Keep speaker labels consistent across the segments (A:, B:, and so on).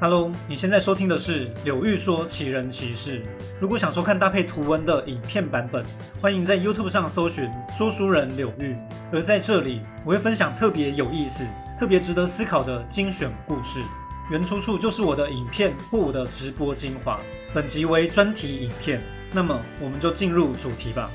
A: Hello，你现在收听的是《柳玉说奇人奇事》。如果想收看搭配图文的影片版本，欢迎在 YouTube 上搜寻“说书人柳玉”。而在这里，我会分享特别有意思、特别值得思考的精选故事，原出处就是我的影片或我的直播精华。本集为专题影片，那么我们就进入主题吧。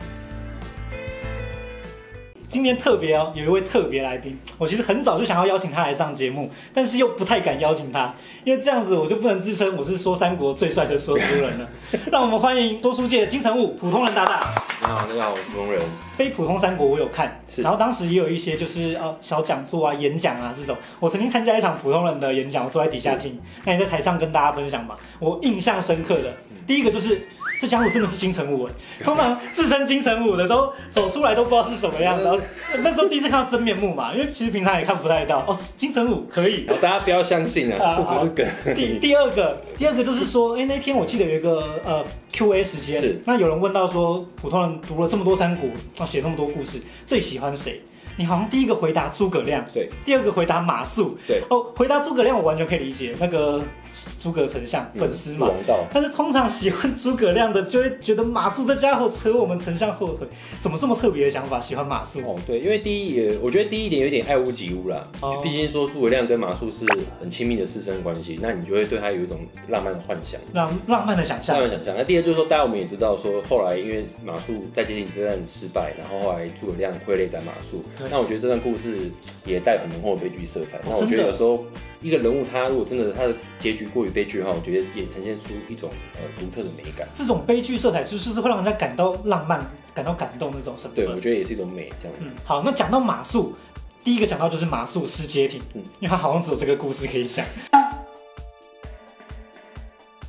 A: 今天特别哦，有一位特别来宾，我其实很早就想要邀请他来上节目，但是又不太敢邀请他，因为这样子我就不能自称我是说三国最帅的说书人了。让我们欢迎说书界的金城武，普通人大大。
B: 你好，大家好，我是普通人。
A: 非普通三国我有看，
B: 是
A: 然后当时也有一些就是呃小讲座啊、演讲啊这种。我曾经参加一场普通人的演讲，我坐在底下听。那你在台上跟大家分享嘛？我印象深刻的第一个就是这家伙真的是金城武哎，通常自称金城武的都走出来都不知道是什么样子。然后那时候第一次看到真面目嘛，因为其实平常也看不太到哦，金城武可以。
B: 然后大家不要相信
A: 啊
B: 啊，不只是梗而
A: 第
B: 已。
A: 第二个，第二个就是说，哎、那天我记得有一个呃 Q&A 时间
B: 是，
A: 那有人问到说，普通人读了这么多三国，啊，写那么多故事，最喜欢谁？你好像第一个回答诸葛亮，
B: 对，
A: 第二个回答马谡，
B: 对，
A: 哦，回答诸葛亮我完全可以理解，那个诸葛丞相
B: 嗯
A: 粉丝嘛，
B: 王道，
A: 但是通常喜欢诸葛亮的就会觉得马谡这家伙扯我们丞相后腿，怎么这么特别的想法？喜欢马谡，
B: 哦，对，因为第一也，我觉得第一点有点爱屋及乌啦
A: 哦。
B: 毕竟说诸葛亮跟马谡是很亲密的师生关系，那你就会对他有一种浪漫的幻想。
A: 让浪漫的想象
B: 浪，漫想象。那第二就是说，大家我们也知道说，后来因为马谡在接近之战失败，然后后来诸葛亮傀儡在马谡
A: 对。哦
B: 那我觉得这段故事也带有很浓厚的悲剧色彩。那我
A: 真的
B: 觉得有时候一个人物他如果真的他的结局过于悲剧的话，我觉得也呈现出一种呃独特的美感。
A: 这种悲剧色彩就是是会让人家感到浪漫、感到感动那种成分。
B: 对，我觉得也是一种美，这样子。
A: 嗯，好，那讲到马谡，第一个想到就是马谡失街亭，
B: 嗯
A: 因为他好像只有这个故事可以讲。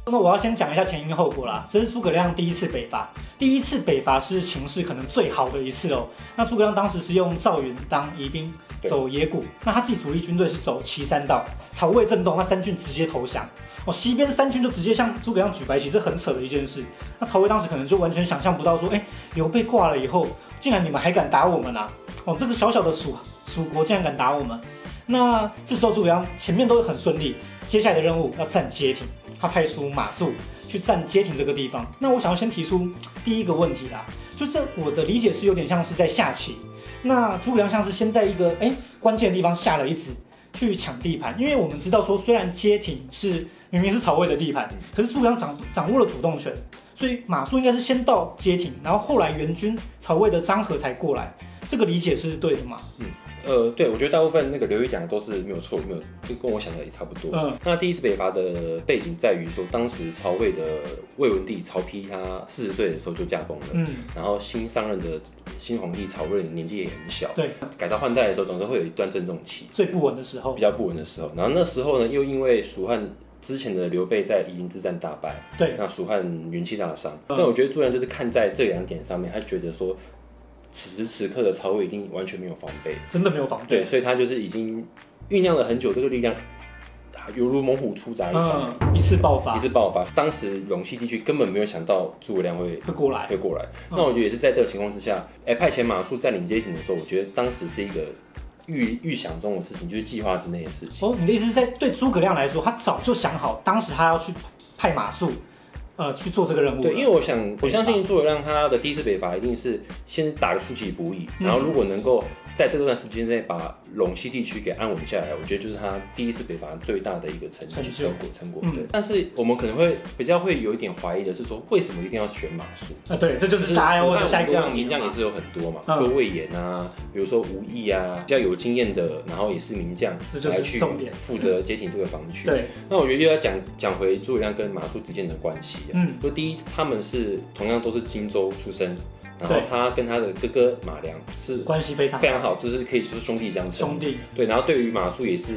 A: 那么我要先讲一下前因后果啦。这是诸葛亮第一次北伐，第一次北伐是秦氏可能最好的一次哦。那诸葛亮当时是用赵云当疑兵，
B: 对
A: 走野谷，那他自己主力军队是走岐山道，曹魏震动，那三军直接投降。哦，西边三军就直接向诸葛亮举白旗，这很扯的一件事。那曹魏当时可能就完全想象不到说，哎，刘备挂了以后，竟然你们还敢打我们啊！哦，这个小小的蜀蜀国竟然敢打我们，那这时候诸葛亮前面都很顺利，接下来的任务要占街亭，他派出马谡去占街亭这个地方。那我想要先提出第一个问题啦，就这我的理解是有点像是在下棋，那诸葛亮像是先在一个哎关键的地方下了一子。去抢地盘，因为我们知道说，虽然街亭是明明是曹魏的地盘，可是诸葛亮掌掌握了主动权，所以马谡应该是先到街亭，然后后来援军曹魏的张合才过来，这个理解是对的嘛？
B: 呃，对，我觉得大部分那个刘毅讲的都是没有错，没有就跟我想的也差不多。
A: 嗯
B: 那第一次北伐的背景在于说，当时曹魏的魏文帝曹丕他四十岁的时候就驾崩了，
A: 嗯，
B: 然后新上任的新皇帝曹睿年纪也很小，
A: 对，
B: 改朝换代的时候总是会有一段震动期，
A: 最不稳的时候
B: 比。较不稳的时候。然后那时候呢，又因为蜀汉之前的刘备在夷陵之战大败，
A: 对，
B: 那蜀汉元气大伤。
A: 嗯
B: 但我觉得朱元就是看在这两点上面，他觉得说。此时此刻的曹魏已经完全没有防备，
A: 真的没有防备。
B: 对，所以他就是已经酝酿了很久，这个力量啊犹如猛虎出闸一般，
A: 嗯，一次爆
B: 一
A: 发
B: 次爆发。当时陇西地区根本没有想到诸葛亮会
A: 会过来。
B: 会过来，
A: 嗯
B: 那我觉得也是在这个情况之下，哎、派遣马谡占领街亭的时候，我觉得当时是一个预预想中的事情，就是计划之内的事情。
A: 哦，你的意思是在对诸葛亮来说，他早就想好，当时他要去派马谡，呃，去做这个任务了。
B: 对，因为我想，我相信诸葛亮他的第一次北伐一定是先打个出其不意，
A: 嗯
B: 然后如果能够在这段时间内把陇西地区给安稳下来，我觉得就是他第一次北伐最大的一个成绩
A: 成就
B: 成果成果。
A: 嗯
B: 对，但是我们可能会比较会有一点怀疑的是说，为什么一定要选马谡？
A: 啊，对，这就是答
B: 汉
A: 案。
B: 武
A: 我
B: 功
A: 的下一个
B: 名将也是有很多嘛，
A: 嗯
B: 有魏延啊，比如说吴懿啊，比较有经验的，然后也是名将，
A: 这就是
B: 来去
A: 重点
B: 负责接挺这个 防区。
A: 对，
B: 那我觉得又要讲讲回诸葛亮跟马谡之间的关系、啊。
A: 嗯，
B: 就第一，他们是同样都是荆州出身，然后
A: 对
B: 他跟他的哥哥马良是
A: 关系非常
B: 非常好，就是可以说是兄弟相称
A: 兄。弟，
B: 对，然后对于马谡也是，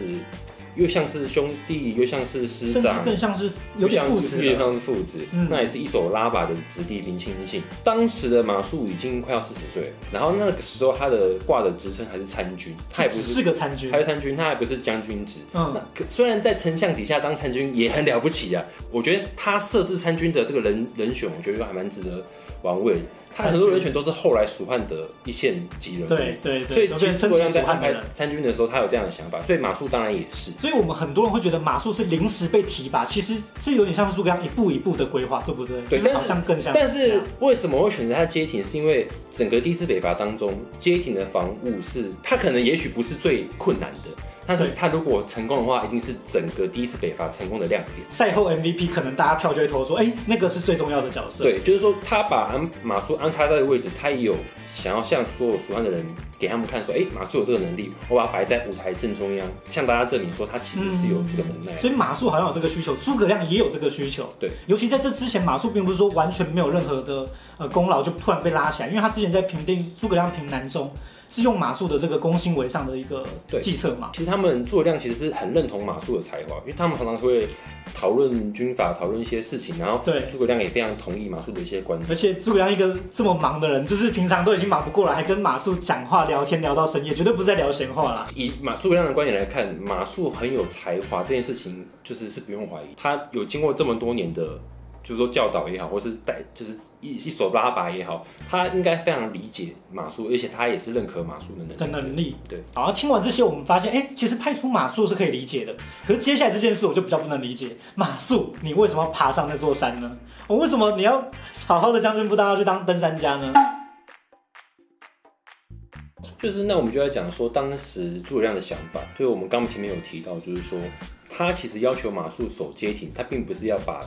B: 又像是兄弟，又像是师
A: 甚至
B: 长，
A: 更像是有点
B: 像
A: 父
B: 是
A: 子
B: 有点
A: 了。
B: 像是父子，
A: 嗯
B: 那也是一手拉拔的子弟兵亲信。当时的马谡已经快要四十岁了，然后那个时候他的挂的职称还是参军，他也不
A: 只
B: 是
A: 是个参军
B: 还，是参军，他还不是将军职。那
A: 嗯，
B: 可虽然在丞相底下当参军也很了不起啊，我觉得他设置参军的这个人人选，我觉得还蛮值得王位，他很多人选都是后来蜀汉的一线级人物。
A: 对对对，
B: 所以
A: 都
B: 其
A: 变
B: 实诸
A: 成称
B: 葛亮
A: 帝蜀
B: 在
A: 汉
B: 安
A: 的
B: 排
A: 人。
B: 参军的时候，他有这样的想法，所以马谡当然也是。
A: 所以我们很多人会觉得马谡是临时被提拔，其实这有点像是诸葛亮一步一步的规划，对不对？就
B: 对
A: 是
B: 但是
A: 好像更像这
B: 但
A: 样。
B: 是为什么会选择他街亭？是因为整个第四北伐当中，街亭的防务是他可能也许不是最困难的，但是
A: 对
B: 他如果成功的话，一定是整个第一次北伐成功的亮点。
A: 赛后 MVP 可能大家票就会投说，哎、那个是最重要的角色。
B: 对，就是说他把安马谡安插在的位置，他也有想要向所有蜀汉的人给他们看说，哎、马谡有这个能力，我把他摆在舞台正中央，向大家证明说他其实是有这个能耐的。
A: 嗯所以马谡好像有这个需求，诸葛亮也有这个需求。
B: 对，
A: 尤其在这之前，马谡并不是说完全没有任何的呃功劳就突然被拉起来，因为他之前在平定诸葛亮平南中是用马谡的这个攻心为上的一个
B: 对
A: 计策嘛。
B: 其实他们诸葛亮其实是很认同马谡的才华，因为他们常常会讨论军法，讨论一些事情，然后
A: 对
B: 诸葛亮也非常同意马谡的一些观点。
A: 而且诸葛亮一个这么忙的人，就是平常都已经忙不过来，还跟马谡讲话聊天聊到深夜，绝对不是在聊闲话啦。
B: 以马诸葛亮的观点来看，马谡很有才华这件事情，就是是不用怀疑。他有经过这么多年的，就是说教导也好，或是带，就是一一手拉拔也好，他应该非常理解马谡，而且他也是认可马谡的能力。
A: 的能力。
B: 对，
A: 好，听完这些，我们发现，哎、其实派出马谡是可以理解的。可是接下来这件事，我就比较不能理解，马谡，你为什么要爬上那座山呢？我、为什么你要好好的将军不当，要去当登山家呢？
B: 就是那我们就在讲说当时诸葛亮的想法，就是我们刚前面有提到，就是说他其实要求马谡守街亭，他并不是要把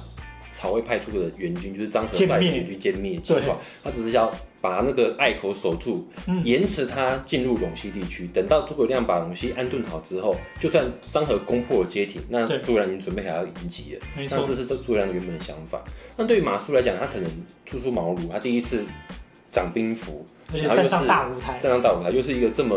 B: 曹魏派出的援军，就是张合
A: 歼
B: 带的
A: 灭
B: 援军歼灭计划，他只是要把那个隘口守住，
A: 嗯
B: 延迟他进入陇西地区。等到诸葛亮把陇西安顿好之后，就算张合攻破了街亭，那
A: 对
B: 诸葛亮已经准备好要迎击了。
A: 嗯没
B: 那
A: 错
B: 这，是这诸葛亮原本的想法。那对于马谡来讲，他可能初出茅庐，他第一次掌兵符，
A: 而且站上大舞台，
B: 站上大舞台又是一个这么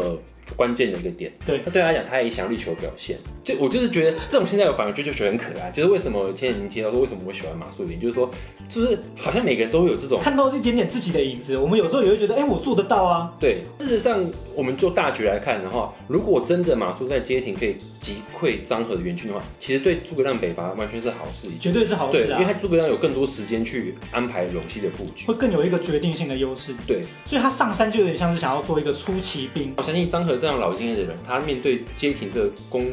B: 关键的一个点。
A: 对
B: 那对他来讲，他也想力求表现。就我就是觉得这种现在我反而就就觉得很可爱，就是为什么前几天提到说为什么我喜欢马谡林，就是说就是好像每个人都会有这种。
A: 看到一点点自己的影子，我们有时候也会觉得，哎、我做得到啊。
B: 对，事实上，我们就大局来看的话，如果真的马谡在街亭可以击溃张合的援军的话，其实对诸葛亮北伐完全是好事。
A: 绝对是好
B: 对，
A: 事
B: 因
A: 啊
B: 为，他诸葛亮有更多时间去安排陇西的布局。
A: 会更有一个决定性的优势，
B: 对，
A: 所以他上山就有点像是想要做一个出奇兵，
B: 我相信张合这样老经验的人，他面对街亭这个攻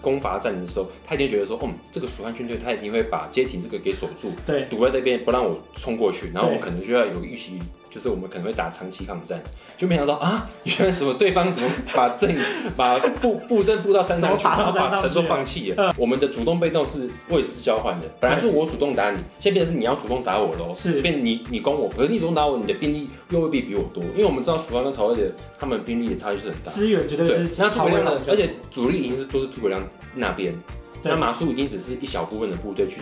B: 攻伐战的时候，他一定觉得说，嗯，这个蜀汉军队他一定会把街亭这个给守住，
A: 对，
B: 堵在这边不让我冲过去，然后我
A: 对
B: 可能就要有个预期，就是我们可能会打长期抗战。就没想到啊，原来怎么对方怎么把阵 把布布阵布到山上去，
A: 怎么
B: 然
A: 把
B: 后
A: 到山
B: 把
A: 上
B: 城都
A: 去嗯
B: 放弃了。我们的主动被动是位置是交换的，本来是我主动打你，现在变成是你要主动打我喽。
A: 是
B: 变你你攻我，可是你主动打我，你的兵力又未必比我多，因为我们知道蜀汉跟曹魏的他们兵力的差距是很大。
A: 资源绝对
B: 对，
A: 是
B: 那诸
A: 曹
B: 葛
A: 魏
B: 亮
A: 老
B: 的
A: 人，家
B: 而且主力已经是都是诸葛亮那边，
A: 对
B: 那马谡已经只是一小部分的部队去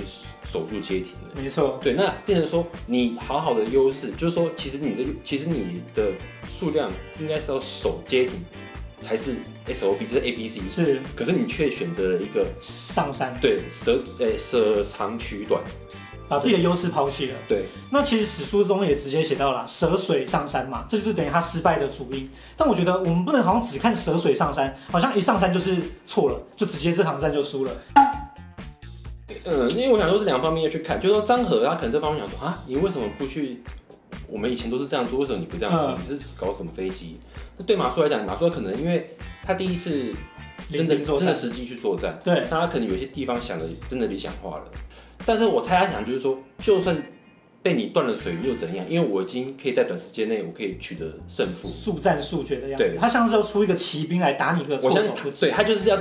B: 守住街亭了。
A: 没错，
B: 对，那变成说你好好的优势，就是说其实你的其实你的数量应该是要守街亭才是 SOP，这是 A B C，
A: 是
B: 可是你却选择了一个
A: 上山。
B: 对舍呃舍长取短，
A: 把自己的优势抛弃了。
B: 对，
A: 那其实史书中也直接写到了“蛇水上山”嘛，这就是等于他失败的主因。但我觉得我们不能好像只看“蛇水上山”，好像一上山就是错了，就直接这场战就输了。
B: 嗯，因为我想说这两方面要去看，就是说张和他可能这方面想说啊，你为什么不去？我们以前都是这样做，为什么你不这样做？
A: 嗯
B: 你是搞什么飞机？那对马谡来讲，马谡可能因为他第一次真
A: 临
B: 的
A: 兵作
B: 真的
A: 战，
B: 实际去作战，
A: 对
B: 那他可能有些地方想的真的理想化了。但是我猜他想就是说，就算被你断了水鱼又怎样？因为我已经可以在短时间内我可以取得胜负。
A: 速战速决的样
B: 对
A: 子。他像是要出一个骑兵来打你个
B: 我
A: 措
B: 相信
A: 手不及。
B: 对他就是要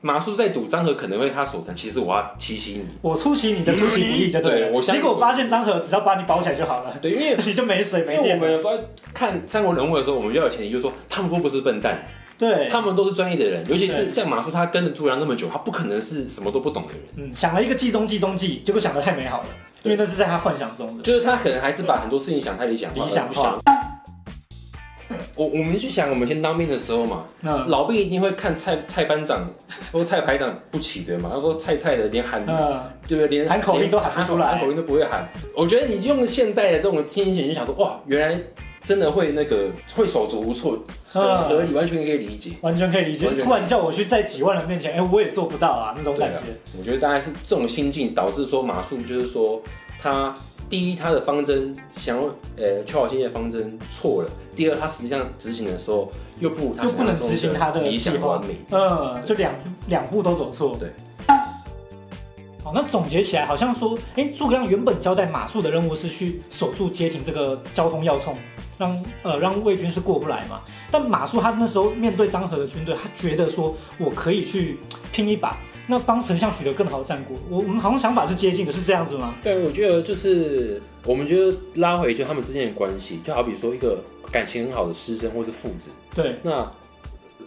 B: 马谡在赌张和可能会他手残，其实我要奇袭你。
A: 我出其你的出其不意，就对
B: 对我
A: 了。
B: 相
A: 结
B: 信
A: 果发现张合只要把你包起来就好了，
B: 对，因为
A: 你就没水没
B: 因为我
A: 电。
B: 们有时候看三国人物的时候，我们要有前提，就是说他们都不是笨蛋，
A: 对，
B: 他们都是专业的人，尤其是
A: 对
B: 像马叔，他跟着诸葛亮那么久，他不可能是什么都不懂的人，
A: 嗯，想了一个计中计中计，结果想的太美好了，因为
B: 对
A: 那是在他幻想中的。
B: 就是他可能还是把很多事情想太理想化，
A: 理想化
B: 而不想。我我们去想，我们先当兵的时候嘛，
A: 嗯
B: 老兵一定会看蔡蔡班长或蔡排长不起的嘛，他说蔡蔡的连喊
A: 嗯，
B: 对不对？连
A: 喊口令都喊不出来
B: 喊口令都不会喊。我觉得你用现代的这种亲情，你就想说，哇，原来真的会那个会手足无措，很
A: 嗯
B: 合理，完全可以理解。
A: 完全可以理解，
B: 完
A: 就
B: 全
A: 是突然叫我去在几万人面前，哎、我也做不到啊，那种
B: 对
A: 感
B: 啊
A: 觉。
B: 我觉得大概是这种心境导致说马谡就是说他第一，他的方针想要呃确保新的方针错了；第二，他实际上执行的时候又不如他
A: 又不能执行他的
B: 理想
A: 计划
B: 完美。
A: 嗯，就两两步都走错。
B: 对。
A: 好，那总结起来好像说，哎、诸葛亮原本交代马谡的任务是去守住街亭这个交通要冲，让呃让魏军是过不来嘛。但马谡他那时候面对张合的军队，他觉得说我可以去拼一把，那帮丞相取得更好的战果。我我们好像想法是接近的，是这样子吗？
B: 对，我觉得就是我们觉得拉回就他们之间的关系，就好比说一个感情很好的师生或是父子，
A: 对，
B: 那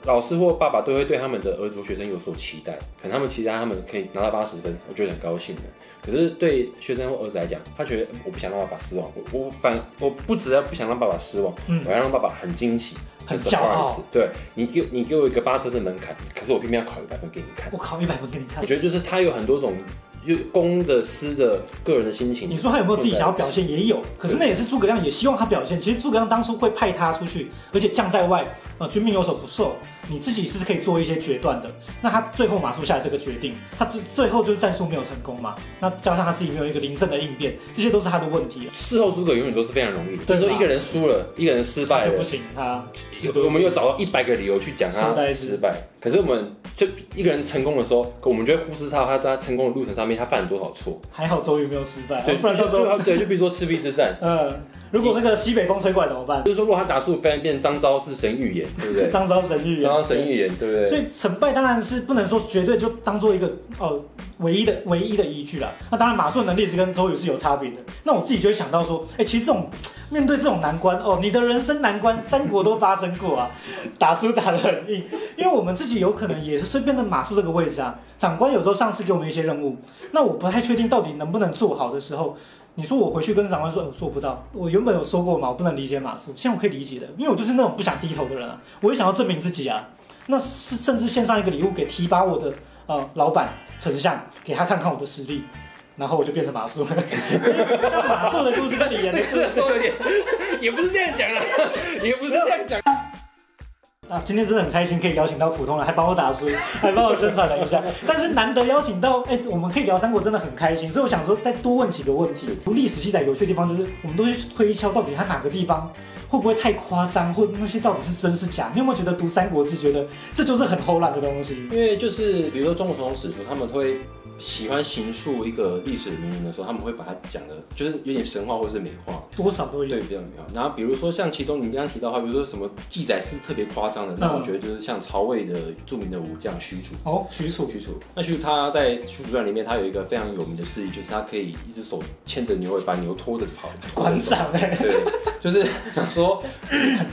B: 老师或爸爸都会对他们的儿子或学生有所期待，可能他们期待他们可以拿到八十分，我觉得很高兴的。可是对学生或儿子来讲，他觉得我不想让爸爸失望，我我反我不只要不想让爸爸失望，
A: 嗯
B: 我要让爸爸很惊喜，
A: 很
B: surprise
A: 骄傲。
B: 对你给你给我一个八十分的门槛，可是我偏偏要考一百分给你看。
A: 我考一百分给你看
B: 我。觉得就是他有很多种，就公的、私的、个人的心情。
A: 你说他有没有自己想要表现？也有，可是那也是诸葛亮也希望他表现。其实诸葛亮当初会派他出去，而且将在外，呃，军命有所不受，你自己是可以做一些决断的。那他最后马术下的这个决定，他最最后就是战术没有成功嘛，那加上他自己没有一个临阵的应变，这些都是他的问题，
B: 事后诸葛永远都是非常容易的，
A: 对
B: 就是说
A: 吧
B: 一个人输了，一个人失
A: 他
B: 败
A: 就不
B: 了，
A: 行，啊他
B: 有我们又找到一百个理由去讲
A: 失败
B: 他
A: 是
B: 失败。可是我们就一个人成功的时候，可我们就会忽视他他在成功的路程上面他犯了多少错。
A: 还好周瑜没有失败，
B: 对，
A: 不然到时候，
B: 就对，就比如说赤壁之战，
A: 呃，如果那个西北风吹过来怎么办？
B: 就是说如果他打输，变变张昭是神预言，对不对？
A: 张昭神预言，
B: 张昭神预言，对不对？
A: 所以成败当然是不能说绝对就当做一个哦唯一的唯一的依据啦。那当然马谡能力是跟周瑜是有差别的。那我自己就会想到说，哎、其实这种面对这种难关哦，你的人生难关三国都发生过啊， 打输打得很硬。因为我们自己有可能也是变成马谡这个位置啊，长官有时候上司给我们一些任务，那我不太确定到底能不能做好的时候。你说我回去跟长官说，哎我做不到。我原本有说过嘛，我不能理解马谡，现在我可以理解的，因为我就是那种不想低头的人啊，我也想要证明自己啊。那是甚至献上一个礼物给提拔我的呃老板丞相，给他看看我的实力，然后我就变成马谡了。 所以像马谡的故事跟你演的
B: 这个说有点，也不是这样讲啦， 也不是这样讲。
A: 啊，今天真的很开心，可以邀请到普通人，还帮我打书， 还帮我宣传了一下。但是难得邀请到，哎、我们可以聊三国，真的很开心。所以我想说，再多问几个问题。历史记载有趣的地方，就是我们都会去推敲到底它哪个地方会不会太夸张，或者那些到底是真是假。你有没有觉得读《三国志》觉得这就是很偷懒的东西？
B: 因为就是比如说中国传统史书，他们会喜欢形塑一个历史名人的时候，他们会把它讲的，就是有点神话或是美化，
A: 多少都有
B: 对，。比较美化。然后比如说像其中你刚刚提到的话，比如说什么记载是特别夸张的，那
A: 嗯
B: 我觉得就是像曹魏的著名的武将许褚。
A: 哦，许褚，
B: 许褚，那许褚他在《许褚传》里面，他有一个非常有名的事迹，就是他可以一只手牵着牛尾，把牛拖着跑。
A: 馆长哎、
B: 对，就是想说，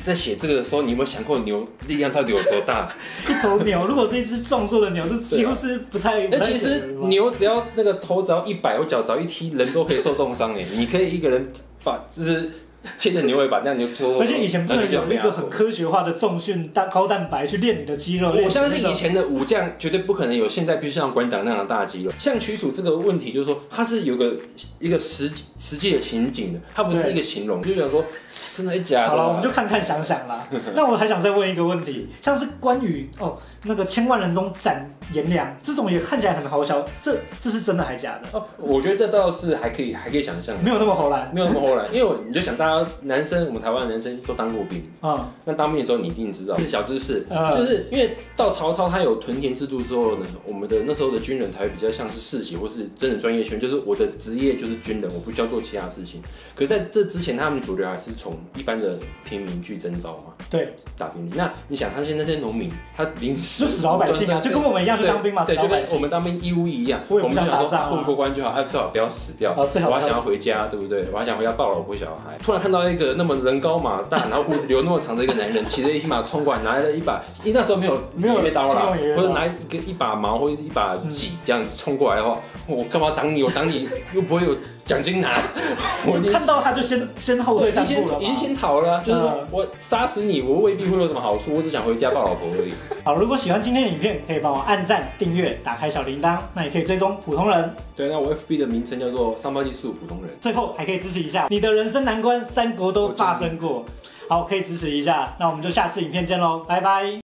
B: 在写这个的时候，你有没有想过牛力量到底有多 大？
A: 一头牛，如果是一只壮硕的牛，这几乎是不太。
B: 那哎其实牛只要那个头只要一摆，我脚只要一踢，人都可以受重伤哎。你可以一个人把就是牵着牛尾把那牛拖，
A: 而且以前不能有一个很科学化的重训、大高蛋白去练你的肌肉。
B: 我相信以
A: 你
B: 前的武将绝对不可能有现在，必须像馆长那样的大肌肉。像屈楚这个问题，就是说它是有个一个实实际的情景的，它不是
A: 对
B: 一个形容。就想说，真的假的啊？
A: 好了，我们就看看想想 啦。那我还想再问一个问题，像是关羽哦，那个千万人中斩颜良，这种也看起来很豪销，这这是真的还假的？
B: 哦，我觉得这倒是还可以，还可以想象的，
A: 没有那么侯兰，
B: 没有那么后来，因为我你就想，大家男生，我们台湾的男生都当过兵。
A: 嗯，
B: 那当兵的时候，你一定知道是小知识，
A: 嗯
B: 就是因为到曹操他有屯田制度之后呢，我们的那时候的军人才会比较像是世袭或是真的专业圈，就是我的职业就是军人，我不需要做其他事情。可是在这之前，他们主流还是从一般的平民去征召嘛，
A: 对，
B: 打兵。那你想，他现在这些农民，他临时
A: 就死老百 姓啊，就跟我们一样去当兵嘛，死
B: 对，
A: 老
B: 就
A: 百
B: 跟
A: 姓。
B: 我们当兵义务役一样，
A: 我也不
B: 们
A: 想
B: 就想
A: 打
B: 说
A: 仗啊
B: 混过关就好，哎，最好不要死掉，
A: 哦最好不
B: 我
A: 要
B: 还想要回家，对不对？我还想回家抱老婆小孩。突然看到一个那么人高马大，然后胡子留那么长的一个男人， 骑着一匹马冲过来，拿了一把，因为那时候没有
A: 没有
B: 猎刀啦
A: 没有猎，刀
B: 或者拿一个一把矛或者一把
A: 嗯
B: 戟这样子冲过来的话，我干嘛挡你？我挡你又不会有奖金拿， 我一
A: 就
B: 定
A: 看到他就先先后
B: 对，
A: 退
B: 已经
A: 三步了
B: 先已经
A: 嘛。
B: 先逃了啊，就是说
A: 嗯
B: 我杀死你，我未必会有什么好处，我只想回家抱老婆而已。
A: 好，如果喜欢今天的影片，可以帮我按赞、订阅、打开小铃铛，那也可以追踪普通人。
B: 对，那我 FB 的名称叫做“上班技术普通人”。
A: 最后还可以支持一下，你的人生难关三国都发生过，好，可以支持一下。那我们就下次影片见喽，拜拜。